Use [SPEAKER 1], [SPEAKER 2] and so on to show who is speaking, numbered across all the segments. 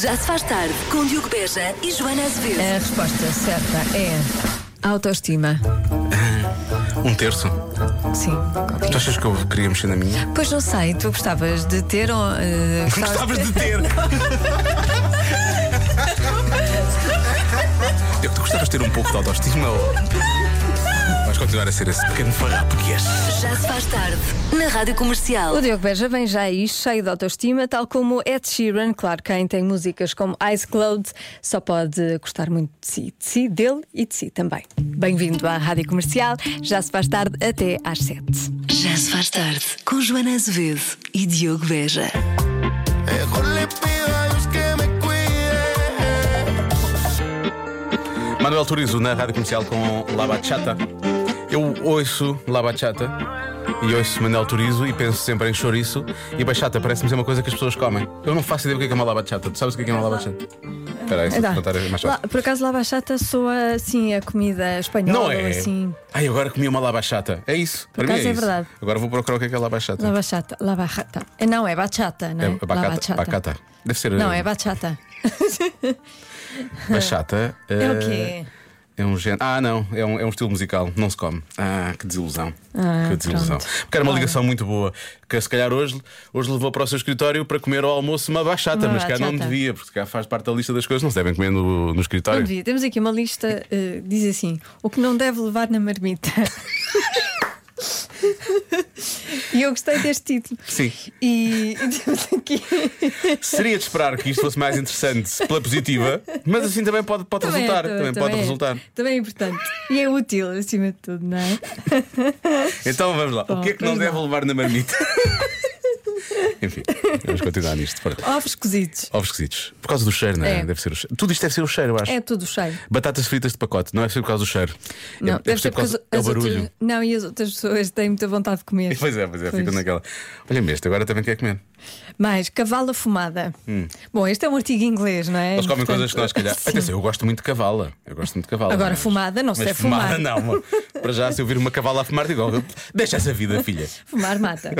[SPEAKER 1] Já se faz tarde com Diogo Beja e Joana Azevedo.
[SPEAKER 2] A resposta certa é autoestima.
[SPEAKER 3] Um terço.
[SPEAKER 2] Sim. confio.
[SPEAKER 3] Tu achas que eu queria mexer na minha?
[SPEAKER 2] Pois não sei, tu gostavas de ter ou. eh,
[SPEAKER 3] Gostavas de ter! Eu, tu gostavas de ter um pouco de autoestima ou. Vais continuar a ser esse pequeno farrapo que és.
[SPEAKER 1] Já se faz tarde na Rádio Comercial.
[SPEAKER 2] O Diogo Beja vem já aí cheio de autoestima, tal como Ed Sheeran. Claro, quem tem músicas como Eyes Closed só pode gostar muito de si, de si, dele e de si também. Bem-vindo à Rádio Comercial. Já se faz tarde até às sete.
[SPEAKER 1] Já se faz tarde com Joana Azevedo e Diogo Beja.
[SPEAKER 4] Mejor le pido a Dios que me cuide.
[SPEAKER 3] Manuel Turizo na rádio comercial com La Bachata. Eu ouço La Bachata e ouço Manuel Turizo e penso sempre em chouriço e bachata parece-me ser uma coisa que as pessoas comem. Eu não faço ideia do que é que é uma La Bachata. Tu sabes o que é que é uma La Bachata? Espera aí, se eu te
[SPEAKER 2] Dá.
[SPEAKER 3] contar é mais
[SPEAKER 2] Lá-
[SPEAKER 3] fácil.
[SPEAKER 2] por acaso, lá bachata soa assim a comida espanhola
[SPEAKER 3] Não é?
[SPEAKER 2] assim.
[SPEAKER 3] Ai, agora comi uma labachata. É isso. Para mim
[SPEAKER 2] acaso
[SPEAKER 3] é,
[SPEAKER 2] é
[SPEAKER 3] isso.
[SPEAKER 2] verdade.
[SPEAKER 3] Agora vou procurar o que é que é labachata.
[SPEAKER 2] La bachata, la bachata. Eh, Não, é bachata, não é?
[SPEAKER 3] É
[SPEAKER 2] La
[SPEAKER 3] bacata,
[SPEAKER 2] bachata.
[SPEAKER 3] bacata. Deve ser.
[SPEAKER 2] Não,
[SPEAKER 3] eh,
[SPEAKER 2] é bachata.
[SPEAKER 3] bachata.
[SPEAKER 2] É o
[SPEAKER 3] eh,
[SPEAKER 2] quê?
[SPEAKER 3] É um género. Ah, não, é um, é um estilo musical, não se come. Ah, que desilusão.
[SPEAKER 2] Ah,
[SPEAKER 3] que desilusão.
[SPEAKER 2] pronto.
[SPEAKER 3] Porque era uma ligação muito boa. Que se calhar hoje, hoje levou para o seu escritório para comer ao almoço uma bachata,
[SPEAKER 2] Uma
[SPEAKER 3] mas cá não
[SPEAKER 2] bachata.
[SPEAKER 3] devia, porque cá faz parte da lista das coisas que não se devem comer no, no
[SPEAKER 2] Não
[SPEAKER 3] escritório.
[SPEAKER 2] devia. Temos aqui uma lista, eh, diz assim: o que não deve levar na marmita. e eu gostei deste título.
[SPEAKER 3] Sim.
[SPEAKER 2] E e temos aqui.
[SPEAKER 3] Seria de esperar que isto fosse mais interessante pela positiva, mas assim também pode, pode
[SPEAKER 2] Também é,
[SPEAKER 3] resultar. também pode
[SPEAKER 2] é.
[SPEAKER 3] resultar.
[SPEAKER 2] Também é importante. E é útil, acima de tudo, não é?
[SPEAKER 3] Então vamos lá.
[SPEAKER 2] Bom,
[SPEAKER 3] o que é que não
[SPEAKER 2] vamos
[SPEAKER 3] deve levar na marmita? Enfim, vamos continuar nisto. Para...
[SPEAKER 2] Ovos cozidos.
[SPEAKER 3] Ovos esquisitos. Por causa do cheiro, não é?
[SPEAKER 2] É.
[SPEAKER 3] Deve ser o cheiro. Tudo isto deve ser o cheiro, eu acho.
[SPEAKER 2] É tudo cheio.
[SPEAKER 3] Batatas fritas de pacote, não é ser por causa do cheiro.
[SPEAKER 2] Não,
[SPEAKER 3] é,
[SPEAKER 2] deve ser porque as,
[SPEAKER 3] É o
[SPEAKER 2] as
[SPEAKER 3] barulho.
[SPEAKER 2] outras- não, e as outras pessoas têm muita vontade de comer.
[SPEAKER 3] Pois é, pois é, fica
[SPEAKER 2] Pois.
[SPEAKER 3] naquela. Olha-me este, agora também quer comer.
[SPEAKER 2] Mais, cavalo fumada. Bom, este é um artigo inglês, não é?
[SPEAKER 3] Hum. Eles comem
[SPEAKER 2] Portanto,
[SPEAKER 3] coisas que nós, se calhar.
[SPEAKER 2] sim.
[SPEAKER 3] Atenção, eu gosto muito de cavala. Eu gosto muito de cavala.
[SPEAKER 2] Agora,
[SPEAKER 3] mas-
[SPEAKER 2] fumada não se
[SPEAKER 3] mas
[SPEAKER 2] deve
[SPEAKER 3] fumada,
[SPEAKER 2] fumar.
[SPEAKER 3] não. Para já, se eu vir uma cavala a fumar, digo, "Oh, deixa essa vida, filha.
[SPEAKER 2] Fumar mata.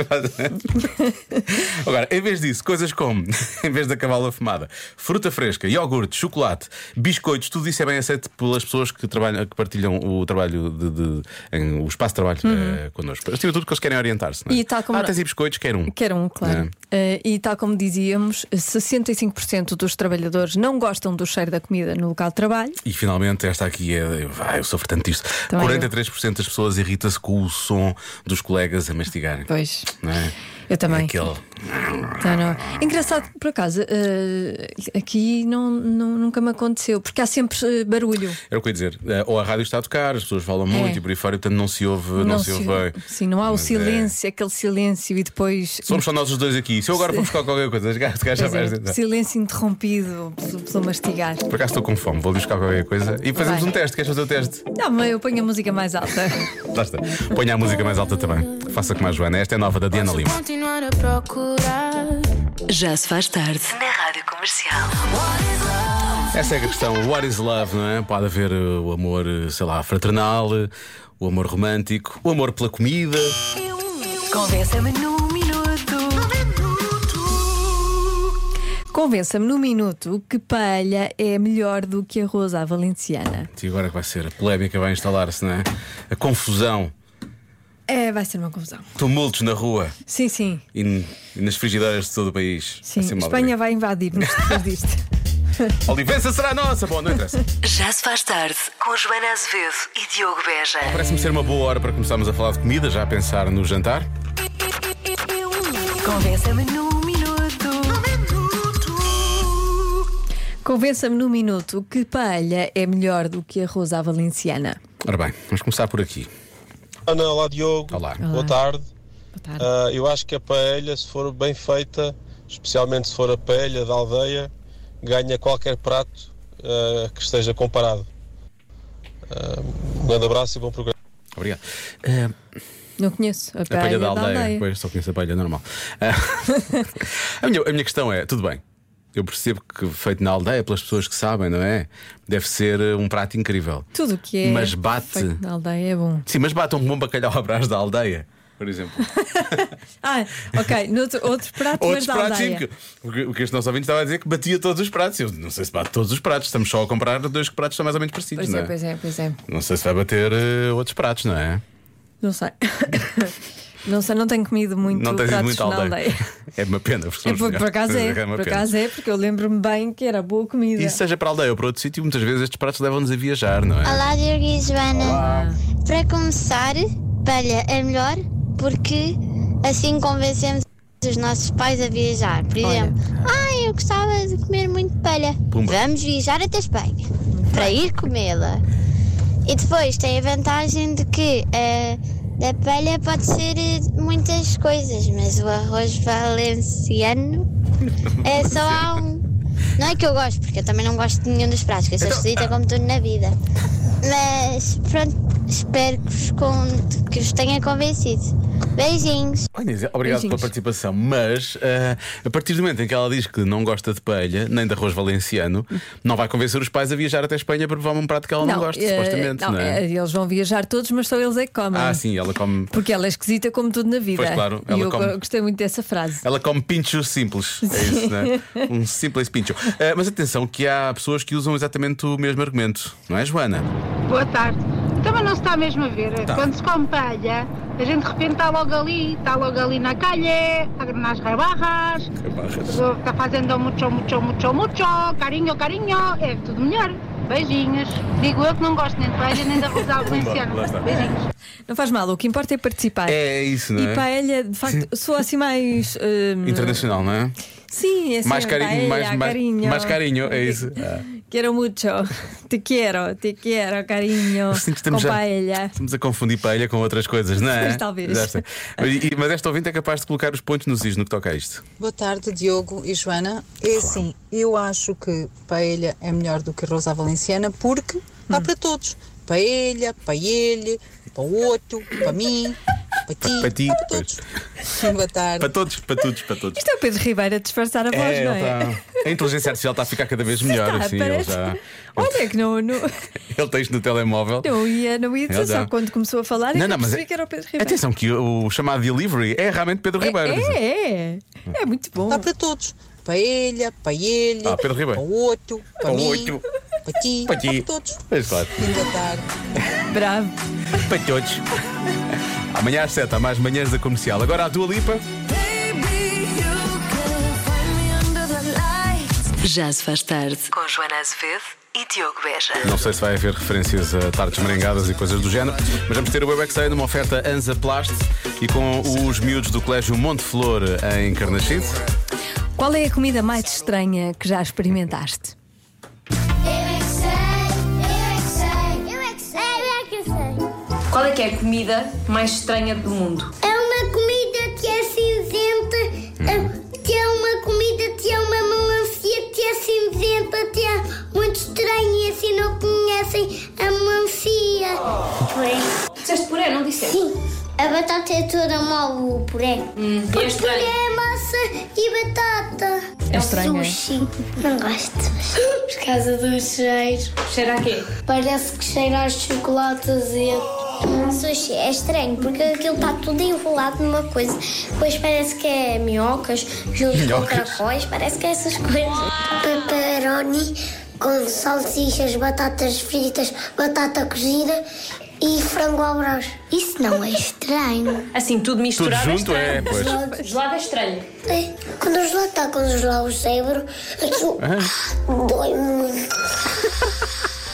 [SPEAKER 3] Agora, em vez disso, coisas como, em vez da cavala fumada, fruta fresca, iogurte, chocolate, biscoitos, tudo isso é bem aceito pelas pessoas que, trabalham, que partilham o trabalho, de, de- em- o espaço de trabalho eh, connosco. Acima de tudo, que eles querem orientar-se. não é?
[SPEAKER 2] Uhum. E tal como-
[SPEAKER 3] Ah, tens aí biscoitos, quer um.
[SPEAKER 2] Quer um, claro. Eh, e tal como dizíamos, 65% dos trabalhadores não gostam do cheiro da comida no local de trabalho.
[SPEAKER 3] E finalmente, esta aqui é. Vai, eu sofro tanto disto.
[SPEAKER 2] Também eu.
[SPEAKER 3] 43% das pessoas irrita-se com o som dos colegas a mastigarem.
[SPEAKER 2] Pois.
[SPEAKER 3] Não é?
[SPEAKER 2] Eu também.
[SPEAKER 3] Aquele.
[SPEAKER 2] Então, não. Engraçado, por acaso, eh, aqui não, não- nunca me aconteceu, porque há sempre eh, barulho.
[SPEAKER 3] Era o que eu ia dizer. Eh, Ou a rádio está a tocar, as pessoas
[SPEAKER 2] É.
[SPEAKER 3] falam muito e por aí fora, e portanto não se ouve, não, se ouve bem.
[SPEAKER 2] Sim, não há o
[SPEAKER 3] Mas é-
[SPEAKER 2] silêncio, aquele silêncio e depois.
[SPEAKER 3] Somos só nós os dois aqui. Se eu agora for buscar qualquer coisa, este gajo este gajo já
[SPEAKER 2] Pois é,
[SPEAKER 3] vai dizer.
[SPEAKER 2] silêncio interrompido pelo, pelo mastigar.
[SPEAKER 3] Por acaso estou com fome, vou buscar qualquer coisa e fazemos
[SPEAKER 2] Vai.
[SPEAKER 3] um teste. Queres fazer o teste?
[SPEAKER 2] Não, mas eu ponho a música mais alta.
[SPEAKER 3] Lá está. Ponha a música mais alta também. Faça como a Joana. Esta é nova da Diana Lima.
[SPEAKER 5] Continuar a procurar.
[SPEAKER 1] Já se faz tarde na Rádio Comercial.
[SPEAKER 3] Essa é a questão. What is love, não é? Pode haver eh, o amor, eh, sei lá, fraternal, eh, o amor romântico, o amor pela comida.
[SPEAKER 1] Convença-me num minuto.
[SPEAKER 2] Convença-me num minuto que palha é melhor do que arroz à valenciana.
[SPEAKER 3] E agora que vai ser a polémica, vai instalar-se, não é? A confusão,
[SPEAKER 2] É, vai ser uma confusão.
[SPEAKER 3] tumultos na rua
[SPEAKER 2] Sim, sim.
[SPEAKER 3] e, n- e nas frigideiras de todo o país.
[SPEAKER 2] Sim,
[SPEAKER 3] Vai ser uma
[SPEAKER 2] Espanha vai invadir-nos depois disto.
[SPEAKER 3] alegria. A Olivença será nossa! Bom, não interessa.
[SPEAKER 1] Já se faz tarde com Joana Azevedo e Diogo Beja.
[SPEAKER 3] Parece-me ser uma boa hora para começarmos a falar de comida, já a pensar no jantar.
[SPEAKER 1] Convença-me num minuto.
[SPEAKER 2] Convença-me num minuto que palha é melhor do que arroz à valenciana.
[SPEAKER 3] Ora bem, vamos começar por aqui.
[SPEAKER 6] Ana, olá Diogo.
[SPEAKER 3] Olá.
[SPEAKER 2] Olá.
[SPEAKER 6] Boa tarde.
[SPEAKER 2] Boa tarde.
[SPEAKER 6] Ah, eu acho que a paella, se for bem feita, especialmente se for a paella da aldeia, ganha qualquer prato ah, que esteja comparado. Ah, um grande abraço e bom programa.
[SPEAKER 3] Obrigado. Eh,
[SPEAKER 2] Não conheço. A
[SPEAKER 3] a
[SPEAKER 2] palha,
[SPEAKER 3] palha da aldeia. Pois, só conheço a palha normal. Eh, a, minha, a minha questão é: tudo bem, eu percebo que feito na aldeia, pelas pessoas que sabem, não é? Deve ser eh, um prato incrível.
[SPEAKER 2] Tudo o que é.
[SPEAKER 3] Mas bate.
[SPEAKER 2] feito Na aldeia é bom.
[SPEAKER 3] Sim, mas bate um bom bacalhau à brás da aldeia. por exemplo.
[SPEAKER 2] Ah, ok, noutro- outro prato, mas
[SPEAKER 3] Outros
[SPEAKER 2] da
[SPEAKER 3] pratos, sim,
[SPEAKER 2] aldeia.
[SPEAKER 3] porque o que- o que este nosso ouvinte estava a dizer é que batia todos os pratos. Eu não sei se bate todos os pratos, estamos só a comprar dois que pratos são mais ou menos parecidos,
[SPEAKER 2] Pois
[SPEAKER 3] não
[SPEAKER 2] é,
[SPEAKER 3] é?
[SPEAKER 2] pois é, pois é.
[SPEAKER 3] Não sei se vai bater eh, outros pratos, não é?
[SPEAKER 2] Não sei. não sei, não tenho comido muito
[SPEAKER 3] não tens ido
[SPEAKER 2] pratos
[SPEAKER 3] muito à
[SPEAKER 2] na
[SPEAKER 3] aldeia.
[SPEAKER 2] aldeia.
[SPEAKER 3] É uma pena, porque
[SPEAKER 2] É,
[SPEAKER 3] somos
[SPEAKER 2] por, por acaso é,
[SPEAKER 3] uma
[SPEAKER 2] por
[SPEAKER 3] pena.
[SPEAKER 2] acaso é, porque eu lembro-me bem que era boa comida.
[SPEAKER 3] E seja para a aldeia ou para outro sítio, muitas vezes estes pratos levam-nos a viajar, não é?
[SPEAKER 7] Olá, Diogo e Joana. Para começar, palha é melhor porque assim convencemos os nossos pais a viajar. Por
[SPEAKER 2] Olha.
[SPEAKER 7] exemplo, ah, eu gostava de comer muito palha.
[SPEAKER 3] Pumba.
[SPEAKER 7] Vamos viajar até Espanha para ir comê-la. E depois tem a vantagem de que eh, da palha pode ser eh, muitas coisas, mas o arroz valenciano é só há um. Não é que eu gosto, porque eu também não gosto de nenhum dos pratos, que eu sou esquisita como tudo na vida. Mas pronto, espero que vos, con- que vos tenha convencido. Beijinhos!
[SPEAKER 3] Olha, Inês, obrigado
[SPEAKER 2] Beijinhos.
[SPEAKER 3] pela participação, mas ah, a partir do momento em que ela diz que não gosta de paella, nem de arroz valenciano, não vai convencer os pais a viajar até a Espanha para provar um prato que ela não, gosta,
[SPEAKER 2] eh,
[SPEAKER 3] supostamente, não,
[SPEAKER 2] não,
[SPEAKER 3] é?
[SPEAKER 2] eh, Eles vão viajar todos, mas só eles é que comem.
[SPEAKER 3] Ah, sim, ela come,
[SPEAKER 2] Porque ela é esquisita como tudo na vida.
[SPEAKER 3] Pois claro, ela
[SPEAKER 2] e eu
[SPEAKER 3] come-
[SPEAKER 2] gostei muito dessa frase.
[SPEAKER 3] ela come pincho simples. É isso, não é? Um simples pincho. Ah, mas atenção, que há pessoas que usam exatamente o mesmo argumento, não é, Joana?
[SPEAKER 8] Boa tarde. Então, mas não se está mesmo a ver.
[SPEAKER 3] Tá.
[SPEAKER 8] Quando se come palha, a gente de repente está logo ali, está logo ali na calha, nas rebarras, está fazendo mucho, mucho, mucho, mucho, carinho, carinho, é tudo melhor. Beijinhos. Digo eu que não gosto nem de palha nem da Rosal Valenciano.
[SPEAKER 3] lá está.
[SPEAKER 8] Beijinhos.
[SPEAKER 2] Não faz mal, o que importa é participar.
[SPEAKER 3] É isso, não é?
[SPEAKER 2] E paella, de facto, soa assim mais. hum,
[SPEAKER 3] Internacional, não é?
[SPEAKER 2] Sim, é assim,
[SPEAKER 3] mais carinho,
[SPEAKER 2] paella,
[SPEAKER 3] mais, mais-
[SPEAKER 2] carinho.
[SPEAKER 3] mais carinho, é isso. Ah.
[SPEAKER 2] Quero muito, te quero, te quero, carinho.
[SPEAKER 3] Sinto que
[SPEAKER 2] com
[SPEAKER 3] estamos já-
[SPEAKER 2] paella.
[SPEAKER 3] Estamos a confundir paella com outras coisas, não é?
[SPEAKER 2] Pois, talvez.
[SPEAKER 3] Já sei. Mas, e- mas esta ouvinte é capaz de colocar os pontos nos is no que toca a isto.
[SPEAKER 9] Boa tarde, Diogo e Joana. É assim, eu acho que paella é melhor do que arroz à valenciana porque
[SPEAKER 3] Hum.
[SPEAKER 9] dá para todos. Paella, para ele, para o outro, para mim, para ti,
[SPEAKER 3] Para ti,
[SPEAKER 9] dá para
[SPEAKER 3] pois.
[SPEAKER 9] todos. Boa tarde.
[SPEAKER 3] Para todos, para todos, para todos.
[SPEAKER 2] Isto é o Pedro Ribeiro a disfarçar a voz, não
[SPEAKER 3] ele
[SPEAKER 2] é?
[SPEAKER 3] tá- A inteligência artificial está a ficar cada vez melhor.
[SPEAKER 2] Tá,
[SPEAKER 3] assim,
[SPEAKER 2] parece-
[SPEAKER 3] ele, já...
[SPEAKER 2] Olha que não, não,
[SPEAKER 3] ele tem isto no telemóvel.
[SPEAKER 2] não ia, não ia dizer,
[SPEAKER 3] Ele já-
[SPEAKER 2] só quando começou a falar é que eu percebi que era o Pedro Ribeiro.
[SPEAKER 3] atenção que o, o chamado delivery é realmente Pedro Ribeiro.
[SPEAKER 2] É, é, é. É muito bom.
[SPEAKER 9] Dá para todos. Paella, para ele,
[SPEAKER 3] Ah, Pedro Ribeiro.
[SPEAKER 9] para o outro, para
[SPEAKER 3] Para o
[SPEAKER 9] mim,
[SPEAKER 3] outro.
[SPEAKER 9] para ti,
[SPEAKER 3] Para
[SPEAKER 9] dá
[SPEAKER 3] ti.
[SPEAKER 9] para todos.
[SPEAKER 3] Pois claro.
[SPEAKER 9] Boa tarde.
[SPEAKER 2] Bravo.
[SPEAKER 3] Para todos. Amanhã às 7, há mais manhãs da comercial. Agora a Dua Lipa.
[SPEAKER 1] Já se faz tarde. Com Joana Azevedo e Diogo Beja.
[SPEAKER 3] Não sei se vai haver referências a tardes merengadas e coisas do género, mas vamos ter o WebXA numa oferta Anza Plast e com os miúdos do Colégio Monte Flor em Carnaxide.
[SPEAKER 2] Qual é a comida mais estranha que já experimentaste?
[SPEAKER 7] Eu é que sei, eu é que sei, eu é que sei, eu é que sei.
[SPEAKER 10] Qual é que é a comida mais estranha do mundo?
[SPEAKER 7] É uma comida que é cinzenta, que é uma comida que é uma melancia que é cinzenta, que é muito estranha, assim não conhecem a melancia.
[SPEAKER 10] Disseste puré, não disseste?
[SPEAKER 7] Sim, a batata é toda mole, o puré.
[SPEAKER 10] E é
[SPEAKER 7] Porque puré
[SPEAKER 10] estranho.
[SPEAKER 7] é massa e batata.
[SPEAKER 2] É estranho, é?
[SPEAKER 7] Sushi. Não gosto de sushi. Por causa do cheiro.
[SPEAKER 10] Cheira a quê?
[SPEAKER 7] Parece que cheira a chocolate azedo. Sushi é estranho porque aquilo está tudo enrolado numa coisa. Depois parece que é minhocas junto com
[SPEAKER 3] Minhocas?
[SPEAKER 7] caracóis, parece que é essas coisas. Pepperoni com salsichas, batatas fritas, batata cozida e frango ao brás. Isso não é estranho.
[SPEAKER 10] Assim, tudo misturado é
[SPEAKER 3] Tudo junto, é,
[SPEAKER 10] estranho. Gelado é estranho.
[SPEAKER 7] Quando os lá está com os lá o cérebro, aquilo dói muito.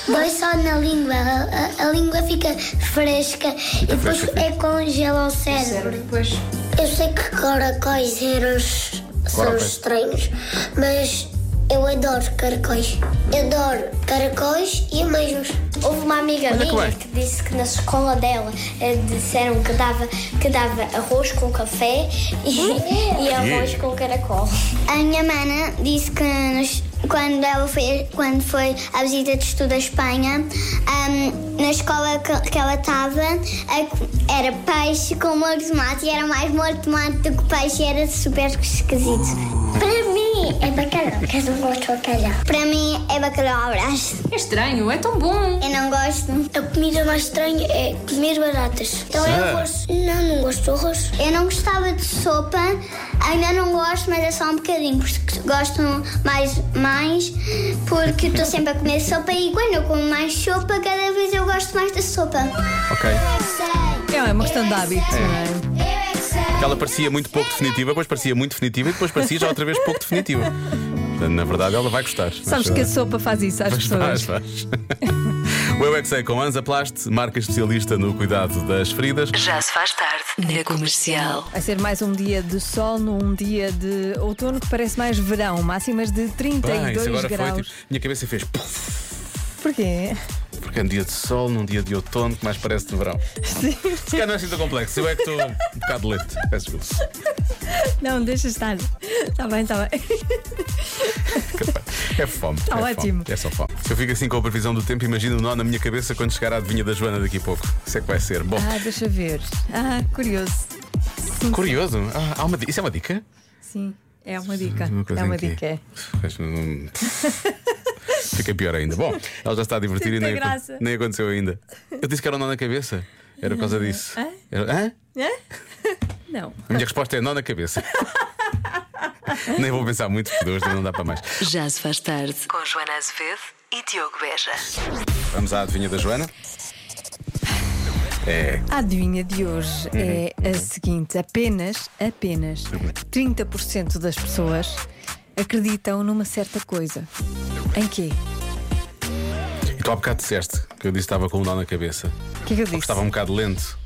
[SPEAKER 7] Dói só na língua, a, a- a língua fica fresca e depois
[SPEAKER 3] fresca,
[SPEAKER 7] é congela o cérebro.
[SPEAKER 10] Pois.
[SPEAKER 7] Eu sei que caracóis eram os- são
[SPEAKER 3] Caracóis.
[SPEAKER 7] estranhos, mas eu adoro caracóis. Eu adoro caracóis e ameijos. Houve uma
[SPEAKER 3] Olha
[SPEAKER 7] amiga
[SPEAKER 3] é que
[SPEAKER 7] minha
[SPEAKER 3] bem.
[SPEAKER 7] que disse que na escola dela eh, disseram que dava, que dava arroz com café e, e arroz com caracol. A minha mana disse que nos- quando ela foi, quando foi à visita de estudo à Espanha, ahm, na escola que, que ela estava, a co- era peixe com molho de tomate e era mais molho de tomate do que peixe e era super esquisito. Para mim,
[SPEAKER 11] mim é bacalhau. Queres um gosto de bacalhau?
[SPEAKER 7] Para mim é bacalhau ao Brás.
[SPEAKER 10] É estranho, é tão bom.
[SPEAKER 7] Eu não gosto.
[SPEAKER 11] A comida mais estranha é comer baratas. Então é arroz. Não, não gosto de arroz.
[SPEAKER 7] Eu não gostava de sopa, ainda não gosto, mas é só um bocadinho, porque gosto mais, mais porque estou sempre a comer sopa e quando eu como mais sopa, cada vez eu gosto mais da sopa.
[SPEAKER 3] Ok.
[SPEAKER 2] É uma questão de hábito, não é?
[SPEAKER 3] Ela parecia muito pouco definitiva, depois parecia muito definitiva e depois parecia já outra vez pouco definitiva. Portanto, na verdade, ela vai gostar.
[SPEAKER 2] Sabes que a sopa faz isso às
[SPEAKER 3] Faz,
[SPEAKER 2] pessoas.
[SPEAKER 3] faz, faz. O Eu é que Sei com Anza Plast, marca especialista no cuidado das feridas.
[SPEAKER 1] Já se faz tarde na comercial.
[SPEAKER 2] Vai ser mais um dia de sol num dia de outono que parece mais verão, máximas de 32
[SPEAKER 3] Bem, isso agora
[SPEAKER 2] graus.
[SPEAKER 3] foi. Tipo, minha cabeça fez. puf,
[SPEAKER 2] Porquê?
[SPEAKER 3] Porque é um dia de sol, num dia de outono que mais parece de verão.
[SPEAKER 2] Sim.
[SPEAKER 3] Se calhar não é assim tão complexo. Eu é que estou um bocado lento. Peço desculpa.
[SPEAKER 2] Não, deixa estar. Está bem, está bem.
[SPEAKER 3] É fome.
[SPEAKER 2] Tá
[SPEAKER 3] é
[SPEAKER 2] ótimo.
[SPEAKER 3] Fome. É só fome. Se eu fico assim com a previsão do tempo, imagino o nó na minha cabeça quando chegar à adivinha da Joana daqui a pouco. Isso é que vai ser. Bom,
[SPEAKER 2] Ah, deixa ver. Ah, curioso.
[SPEAKER 3] curioso. Ah, há uma di- Isso é uma dica?
[SPEAKER 2] Sim, é uma dica.
[SPEAKER 3] Uma coisa
[SPEAKER 2] É uma
[SPEAKER 3] em que-
[SPEAKER 2] dica. é.
[SPEAKER 3] Pois, hum, Fica pior ainda. Bom, ela já está a divertir e
[SPEAKER 2] Tanta
[SPEAKER 3] nem, acon-
[SPEAKER 2] graça.
[SPEAKER 3] nem aconteceu ainda. Eu disse que era um nó na cabeça. Era por causa disso.
[SPEAKER 2] Hã?
[SPEAKER 3] Era- hã?
[SPEAKER 2] Hã? Não.
[SPEAKER 3] A minha resposta é nó na cabeça. nem vou pensar muito, porque hoje não dá para mais.
[SPEAKER 1] Já se faz tarde com Joana Azevedo e Diogo Beja.
[SPEAKER 3] Vamos à adivinha da Joana. É,
[SPEAKER 2] A adivinha de hoje é a seguinte: apenas, apenas 30% das pessoas acreditam numa certa coisa. Em quê?
[SPEAKER 3] E tu É há bocado disseste que eu disse que estava com um nó na cabeça.
[SPEAKER 2] O que é que eu disse?
[SPEAKER 3] Estava um bocado lento.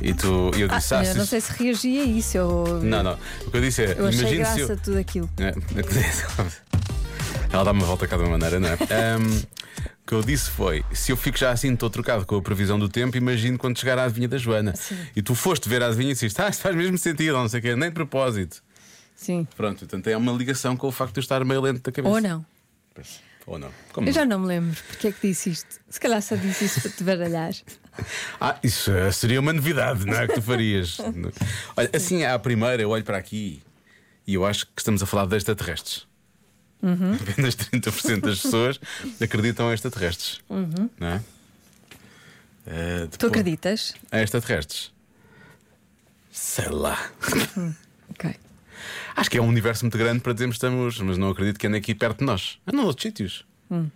[SPEAKER 3] E tu, e eu disse, ah,
[SPEAKER 2] eu
[SPEAKER 3] se
[SPEAKER 2] não
[SPEAKER 3] isso-
[SPEAKER 2] sei se reagi a isso. Eu,
[SPEAKER 3] não, não. O que eu disse é,
[SPEAKER 2] eu achei
[SPEAKER 3] imagina se
[SPEAKER 2] graça
[SPEAKER 3] eu.
[SPEAKER 2] tudo aquilo.
[SPEAKER 3] É, Ela dá uma volta a cada maneira, não é? Ahm, o que eu disse foi: se eu fico já assim, estou trocado com a previsão do tempo, imagino quando chegar à adivinha da Joana. E tu foste ver a adivinha e disseste: ah, isso faz mesmo sentido, ou não sei o quê, nem de propósito.
[SPEAKER 2] Sim.
[SPEAKER 3] Pronto, portanto é uma ligação com o facto de eu estar meio lento da cabeça.
[SPEAKER 2] Ou não.
[SPEAKER 3] Ou não. Como
[SPEAKER 2] Eu
[SPEAKER 3] não?
[SPEAKER 2] já não me
[SPEAKER 3] Hum.
[SPEAKER 2] lembro porque é que disse isto. Se calhar só disse isso para te baralhar.
[SPEAKER 3] Ah, isso eh, seria uma novidade, não é? Que tu farias. Olha, assim à primeira, eu olho para aqui e eu acho que estamos a falar de extraterrestres.
[SPEAKER 2] Uhum.
[SPEAKER 3] Apenas 30% das pessoas acreditam em extraterrestres.
[SPEAKER 2] Uhum.
[SPEAKER 3] Não é? Eh,
[SPEAKER 2] Tu
[SPEAKER 3] depois-
[SPEAKER 2] acreditas?
[SPEAKER 3] Em extraterrestres? Sei lá.
[SPEAKER 2] Uhum. Ok.
[SPEAKER 3] Acho que é um universo muito grande para dizermos que estamos, mas não acredito que ande aqui perto de nós. É Andam noutros sítios.
[SPEAKER 2] Hum.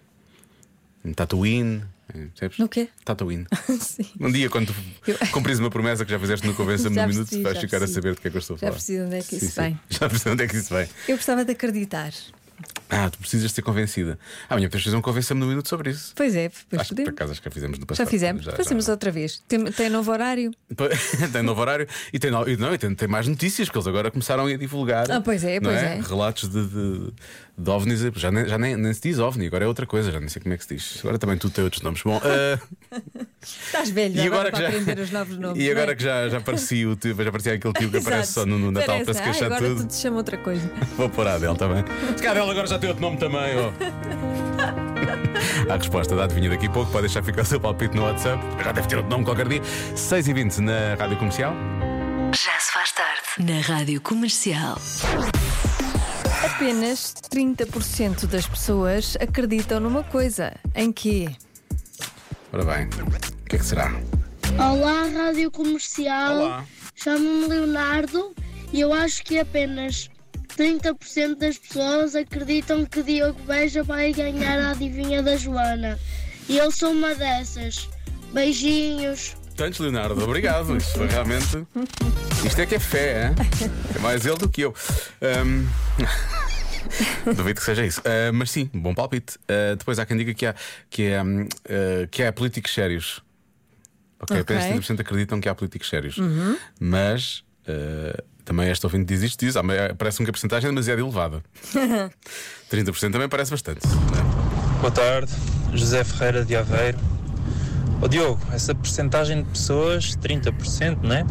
[SPEAKER 3] Em Tatooine. em- Percebes?
[SPEAKER 2] No quê?
[SPEAKER 3] Tatooine.
[SPEAKER 2] Sim.
[SPEAKER 3] Um dia, quando tu
[SPEAKER 2] Eu-
[SPEAKER 3] cumpris uma promessa que já fizeste no Convença-me
[SPEAKER 2] Já
[SPEAKER 3] no Minuto,
[SPEAKER 2] percebi,
[SPEAKER 3] vais
[SPEAKER 2] já
[SPEAKER 3] ficar a
[SPEAKER 2] percebi.
[SPEAKER 3] saber do que é que eu estou a
[SPEAKER 2] Já
[SPEAKER 3] falar.
[SPEAKER 2] percebi onde é que isso
[SPEAKER 3] Sim, sim.
[SPEAKER 2] vem.
[SPEAKER 3] Já percebi onde é que isso vem.
[SPEAKER 2] Eu gostava de acreditar.
[SPEAKER 3] Ah, tu precisas ser convencida. Amanhã podemos fazer um Convença-me no Minuto sobre isso.
[SPEAKER 2] Pois é, depois
[SPEAKER 3] Acho que por
[SPEAKER 2] podemos.
[SPEAKER 3] acaso acho que já fizemos no
[SPEAKER 2] Já
[SPEAKER 3] passado.
[SPEAKER 2] fizemos. Fazemos outra vez. Tem, tem novo horário?
[SPEAKER 3] Pois, tem novo horário e tem, no- e não, e tem, tem mais notícias que eles agora começaram a divulgar.
[SPEAKER 2] Ah, pois é,
[SPEAKER 3] não
[SPEAKER 2] pois é.
[SPEAKER 3] Relatos de, de, de ovnis. Já, nem, já nem, nem se diz ovni, agora é outra coisa, já nem sei como é que se diz. Agora também tu tem outros nomes. Bom, ah,
[SPEAKER 2] Estás velho,
[SPEAKER 3] e agora
[SPEAKER 2] para
[SPEAKER 3] que já.
[SPEAKER 2] aprender os novos nomes.
[SPEAKER 3] e
[SPEAKER 2] não
[SPEAKER 3] agora
[SPEAKER 2] é?
[SPEAKER 3] que já, já parecia o tio, já parecia aquele tio que aparece
[SPEAKER 2] Exato.
[SPEAKER 3] só no, no Natal
[SPEAKER 2] Parece,
[SPEAKER 3] para se
[SPEAKER 2] ah,
[SPEAKER 3] queixar
[SPEAKER 2] agora
[SPEAKER 3] tudo.
[SPEAKER 2] tudo se chama outra coisa.
[SPEAKER 3] Vou pôr a Adele também. Se calhar a Adele agora já tem outro nome também, ó. A resposta da adivinha daqui a pouco, pode deixar ficar o seu palpite no WhatsApp. Já deve ter outro nome qualquer dia. 6h20 na rádio comercial.
[SPEAKER 1] Já se faz tarde na rádio comercial.
[SPEAKER 2] Apenas 30% das pessoas acreditam numa coisa. Em quê?
[SPEAKER 3] Ora bem, o que é que será?
[SPEAKER 11] Olá, Rádio Comercial.
[SPEAKER 3] Olá.
[SPEAKER 11] Chamo-me Leonardo e eu acho que apenas 30% das pessoas acreditam que Diogo Beja vai ganhar a adivinha da Joana. E eu sou uma dessas. Beijinhos.
[SPEAKER 3] Tantos, Leonardo, obrigado. Isto foi realmente. Isto é que é fé, hein? é mais ele do que eu. Ahm, Duvido que seja isso. Ah, mas sim, bom palpite. Ah, depois há quem diga que há, que é, hum, ah, que há políticos sérios. Ok,
[SPEAKER 2] Ok.
[SPEAKER 3] apenas 30% acreditam que há políticos sérios. Mas ah, também esta ouvinte diz isto, diz, ah, mas parece-me que a porcentagem é demasiado elevada. 30% também parece bastante. é?
[SPEAKER 12] Boa tarde, José Ferreira de Aveiro. Ó Diogo, essa porcentagem de pessoas, 30%, né?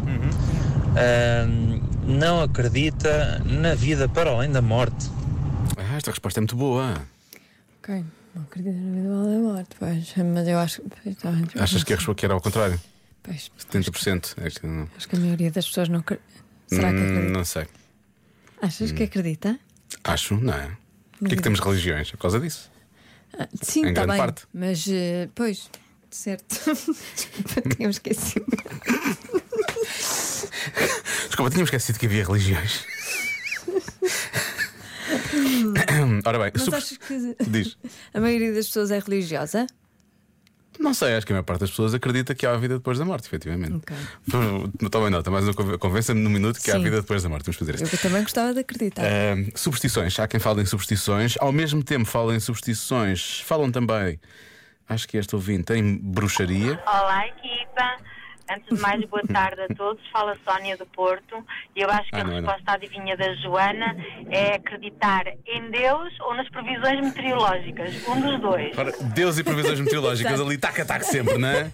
[SPEAKER 12] Ahm, não acredita na vida para além da morte.
[SPEAKER 3] Ah, esta resposta é muito boa.
[SPEAKER 2] Ok, não acredito na vida da morte, pois. Mas eu acho que.
[SPEAKER 3] Achas que é a resposta que era ao contrário?
[SPEAKER 2] Pois,
[SPEAKER 3] 70%. É que não,
[SPEAKER 2] acho que é a maioria das pessoas não acredita. Será que
[SPEAKER 3] Hum,
[SPEAKER 2] acredita?
[SPEAKER 3] não Hum. sei.
[SPEAKER 2] Achas que acredita?
[SPEAKER 3] Acho, não é? Porquê é que temos religiões? É por causa disso.
[SPEAKER 2] Ah, Sim,
[SPEAKER 3] Em
[SPEAKER 2] está
[SPEAKER 3] grande
[SPEAKER 2] bem.
[SPEAKER 3] parte.
[SPEAKER 2] Mas, eh, pois, certo. Tinha esquecido.
[SPEAKER 3] Desculpa, tinha esquecido que havia religiões. Ora bem,
[SPEAKER 2] Mas
[SPEAKER 3] super-
[SPEAKER 2] achas que
[SPEAKER 3] diz.
[SPEAKER 2] a maioria das pessoas é religiosa?
[SPEAKER 3] Não sei, acho que a maior parte das pessoas acredita que há vida depois da morte, efetivamente. Por- Tomem nota, mas não conven- convença-me num minuto que há
[SPEAKER 2] Sim.
[SPEAKER 3] vida depois da morte. Vamos fazer isto.
[SPEAKER 2] Eu também gostava de acreditar.
[SPEAKER 3] Ahm, superstições, há quem fala em superstições, ao mesmo tempo falam em superstições, falam também, acho que este ouvinte, em bruxaria.
[SPEAKER 13] Olá, equipa. Antes de mais, boa tarde a todos. Fala Sónia do Porto. E eu acho que
[SPEAKER 3] Ah,
[SPEAKER 13] a
[SPEAKER 3] não é não.
[SPEAKER 13] resposta à adivinha da Joana é acreditar em Deus ou nas previsões meteorológicas. Um dos dois.
[SPEAKER 3] Ora, Deus e previsões meteorológicas ali, taca-taca sempre, não é?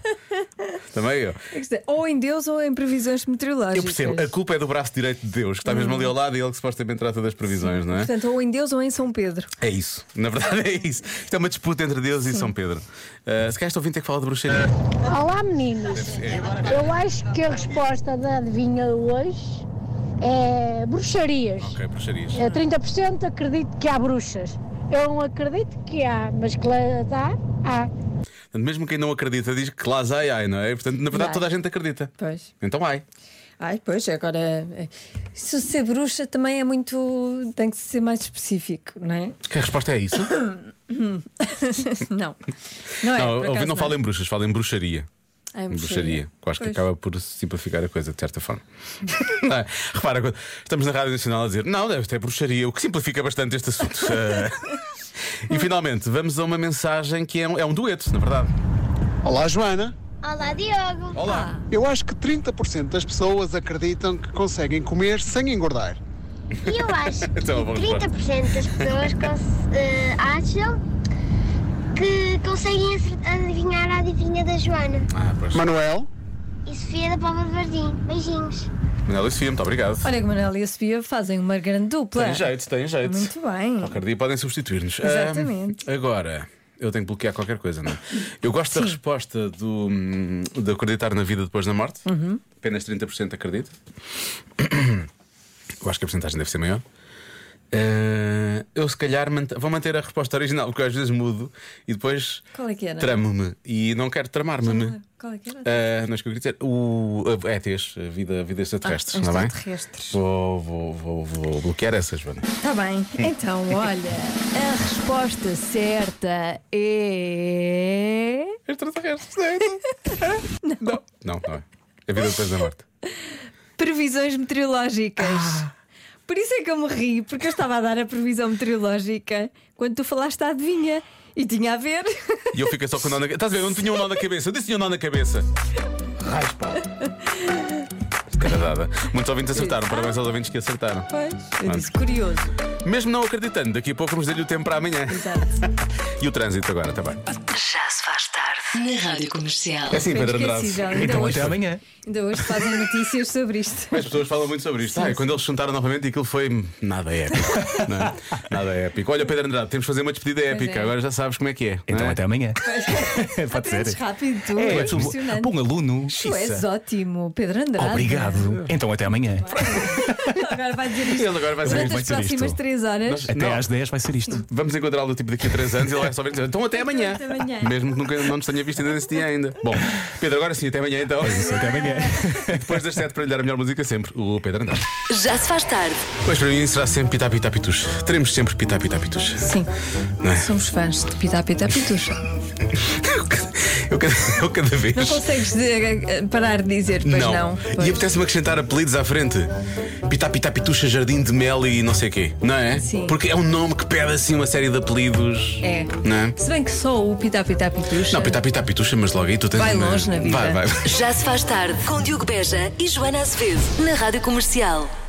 [SPEAKER 3] Também eu.
[SPEAKER 2] Isto é, Ou em Deus ou em previsões meteorológicas.
[SPEAKER 3] Eu percebo, a culpa é do braço direito de Deus, que está mesmo ali ao lado e ele que supostamente trata das previsões, não é?
[SPEAKER 2] Portanto, ou em Deus ou em São Pedro.
[SPEAKER 3] É isso, na verdade é isso. Isto é uma disputa entre Deus e São Pedro. Ah, se calhar este ouvinte é que fala de bruxaria.
[SPEAKER 8] Olá meninos,
[SPEAKER 3] É,
[SPEAKER 8] eu acho que a resposta da adivinha de hoje é bruxarias.
[SPEAKER 3] Ok, bruxarias.
[SPEAKER 8] É 30% acredito que há bruxas. Eu não acredito que há, mas que lá dá, há.
[SPEAKER 3] Portanto, mesmo quem não acredita diz que lá ai, ai, não é? Portanto, na verdade
[SPEAKER 2] Ai.
[SPEAKER 3] toda a gente acredita.
[SPEAKER 2] Pois.
[SPEAKER 3] Então ai.
[SPEAKER 2] Ai, pois, agora. é, Se ser bruxa também é muito. tem que ser mais específico, não é?
[SPEAKER 3] Que a resposta é isso?
[SPEAKER 2] não. Não é?
[SPEAKER 3] não,
[SPEAKER 2] por
[SPEAKER 3] eu-
[SPEAKER 2] acaso
[SPEAKER 3] não fala em bruxas, fala em bruxaria.
[SPEAKER 2] Ah, em
[SPEAKER 3] Em
[SPEAKER 2] bruxaria.
[SPEAKER 3] bruxaria. que Acho que
[SPEAKER 2] Pois.
[SPEAKER 3] acaba por simplificar a coisa, de certa forma. Não é? Repara, quando estamos na Rádio Nacional a dizer não, deve ter bruxaria, o que simplifica bastante este assunto. Ah, e finalmente, vamos a uma mensagem que é um, é um dueto, na verdade.
[SPEAKER 6] Olá, Joana.
[SPEAKER 7] Olá, Diogo.
[SPEAKER 3] Olá.
[SPEAKER 6] Eu acho que 30% das pessoas acreditam que conseguem comer sem engordar.
[SPEAKER 7] Eu acho que
[SPEAKER 6] Então, vamos
[SPEAKER 7] 30% das pessoas cons- eh, acham que conseguem acert- adivinhar a adivinha da Joana.
[SPEAKER 2] Ah.
[SPEAKER 3] Ah,
[SPEAKER 6] Manuel?
[SPEAKER 7] E Sofia da Palma de Vardim. Beijinhos.
[SPEAKER 3] Manuel e Sofia, muito obrigado.
[SPEAKER 2] Olha que Manuel e a Sofia fazem uma grande dupla.
[SPEAKER 3] Tem jeito, tem jeito.
[SPEAKER 2] Muito bem.
[SPEAKER 3] Qualquer dia podem substituir-nos.
[SPEAKER 2] Exatamente.
[SPEAKER 3] Ah, agora, eu tenho que bloquear qualquer coisa, não é? Eu gosto da resposta do, hum, de acreditar na vida depois da morte.
[SPEAKER 2] Uhum.
[SPEAKER 3] Apenas 30% acredita. Eu acho que a porcentagem deve ser maior. Ah, eu, se calhar, mant- vou manter a resposta original, porque eu às vezes mudo e depois
[SPEAKER 2] Qual é que era?
[SPEAKER 3] tramo-me. E não quero tramar-me.
[SPEAKER 2] Qual é que era?
[SPEAKER 3] Ah, não é isso que eu queria dizer. O, a, ETs, a vida, a vida extraterrestre,
[SPEAKER 2] Ah,
[SPEAKER 3] não é bem?
[SPEAKER 2] extraterrestres.
[SPEAKER 3] Vou, vou, vou, vou bloquear essa, Joana.
[SPEAKER 2] Está bem,
[SPEAKER 3] Hum.
[SPEAKER 2] então olha, a resposta certa é.
[SPEAKER 3] Não. Não, não é. A vida depois da morte.
[SPEAKER 2] Previsões meteorológicas. Por isso é que eu me ri, porque eu estava a dar a previsão meteorológica quando tu falaste a adivinha e tinha a ver.
[SPEAKER 3] E eu fiquei só com o nó na cabeça. Estás a ver? Eu não tinha um nó na cabeça. Eu disse que tinha um nó na cabeça. Raios, pá. Escaradada. Muitos ouvintes acertaram. Parabéns aos ouvintes que acertaram.
[SPEAKER 2] Pois, eu
[SPEAKER 3] Pronto.
[SPEAKER 2] disse curioso.
[SPEAKER 3] Mesmo não acreditando, daqui a pouco vamos dar-lhe o tempo para amanhã. E o trânsito agora tá também.
[SPEAKER 1] Já se faz tarde na Rádio Comercial.
[SPEAKER 3] É assim, Pedro Andrade.
[SPEAKER 2] esquecível. Ainda hoje foi- Ainda hoje fazem notícias sobre isto.
[SPEAKER 3] As pessoas falam muito sobre isto. Ah, e quando eles se juntaram novamente, aquilo foi nada épico. não é? Nada épico. Olha, Pedro Andrade, temos de fazer uma despedida épica.
[SPEAKER 2] é.
[SPEAKER 3] Agora já sabes como é que é. Então até
[SPEAKER 12] amanhã.
[SPEAKER 3] Pode
[SPEAKER 2] Aprendes rápido, tu
[SPEAKER 12] É,
[SPEAKER 2] é,
[SPEAKER 12] és um
[SPEAKER 2] impressionante.
[SPEAKER 12] bom aluno.
[SPEAKER 2] Tu és ótimo, Pedro Andrade.
[SPEAKER 12] Obrigado. Então até amanhã.
[SPEAKER 2] Agora vai dizer isto.
[SPEAKER 3] Ele agora vai dizer
[SPEAKER 2] Durante
[SPEAKER 3] isto.
[SPEAKER 2] as
[SPEAKER 3] Vai dizer
[SPEAKER 2] próximas
[SPEAKER 3] isto.
[SPEAKER 2] três horas.
[SPEAKER 3] Nós-
[SPEAKER 12] Até
[SPEAKER 3] não.
[SPEAKER 12] às 10 vai ser isto.
[SPEAKER 3] Vamos encontrá-lo tipo daqui a 3 anos e ele vai só vir dizer então até amanhã.
[SPEAKER 2] Até amanhã.
[SPEAKER 3] Mesmo que nunca não nos tenha visto ainda nesse dia ainda. Bom, Pedro, agora sim, até amanhã então. até amanhã. E depois das 7 para lhe dar a melhor música sempre, o Pedro Andrade.
[SPEAKER 1] Já se faz tarde.
[SPEAKER 3] Pois para mim será sempre Pitá Pitá Pitus. Teremos sempre Pitá Pitá Pitus.
[SPEAKER 2] Sim.
[SPEAKER 3] Não é?
[SPEAKER 2] Somos fãs de Pita Pita Pitus.
[SPEAKER 3] Eu cada, eu cada vez.
[SPEAKER 2] Não consegues de- parar de dizer, pois não.
[SPEAKER 3] E
[SPEAKER 2] Pois.
[SPEAKER 3] apetece-me acrescentar apelidos à frente. Pitá Pitá Pitucha, Jardim de Mel e não sei o quê. Não é?
[SPEAKER 2] Sim.
[SPEAKER 3] Porque é um nome que pede assim uma série de apelidos.
[SPEAKER 2] É.
[SPEAKER 3] Não é?
[SPEAKER 2] Se bem que só o Pita Pita Pitus.
[SPEAKER 3] Não, Pitá Pitá Pitucha, mas logo aí tu tens
[SPEAKER 2] Vai
[SPEAKER 3] uma-
[SPEAKER 2] longe na vida.
[SPEAKER 3] Vai, vai.
[SPEAKER 1] Já se faz tarde com Diogo Beja e Joana Azevedo na Rádio Comercial.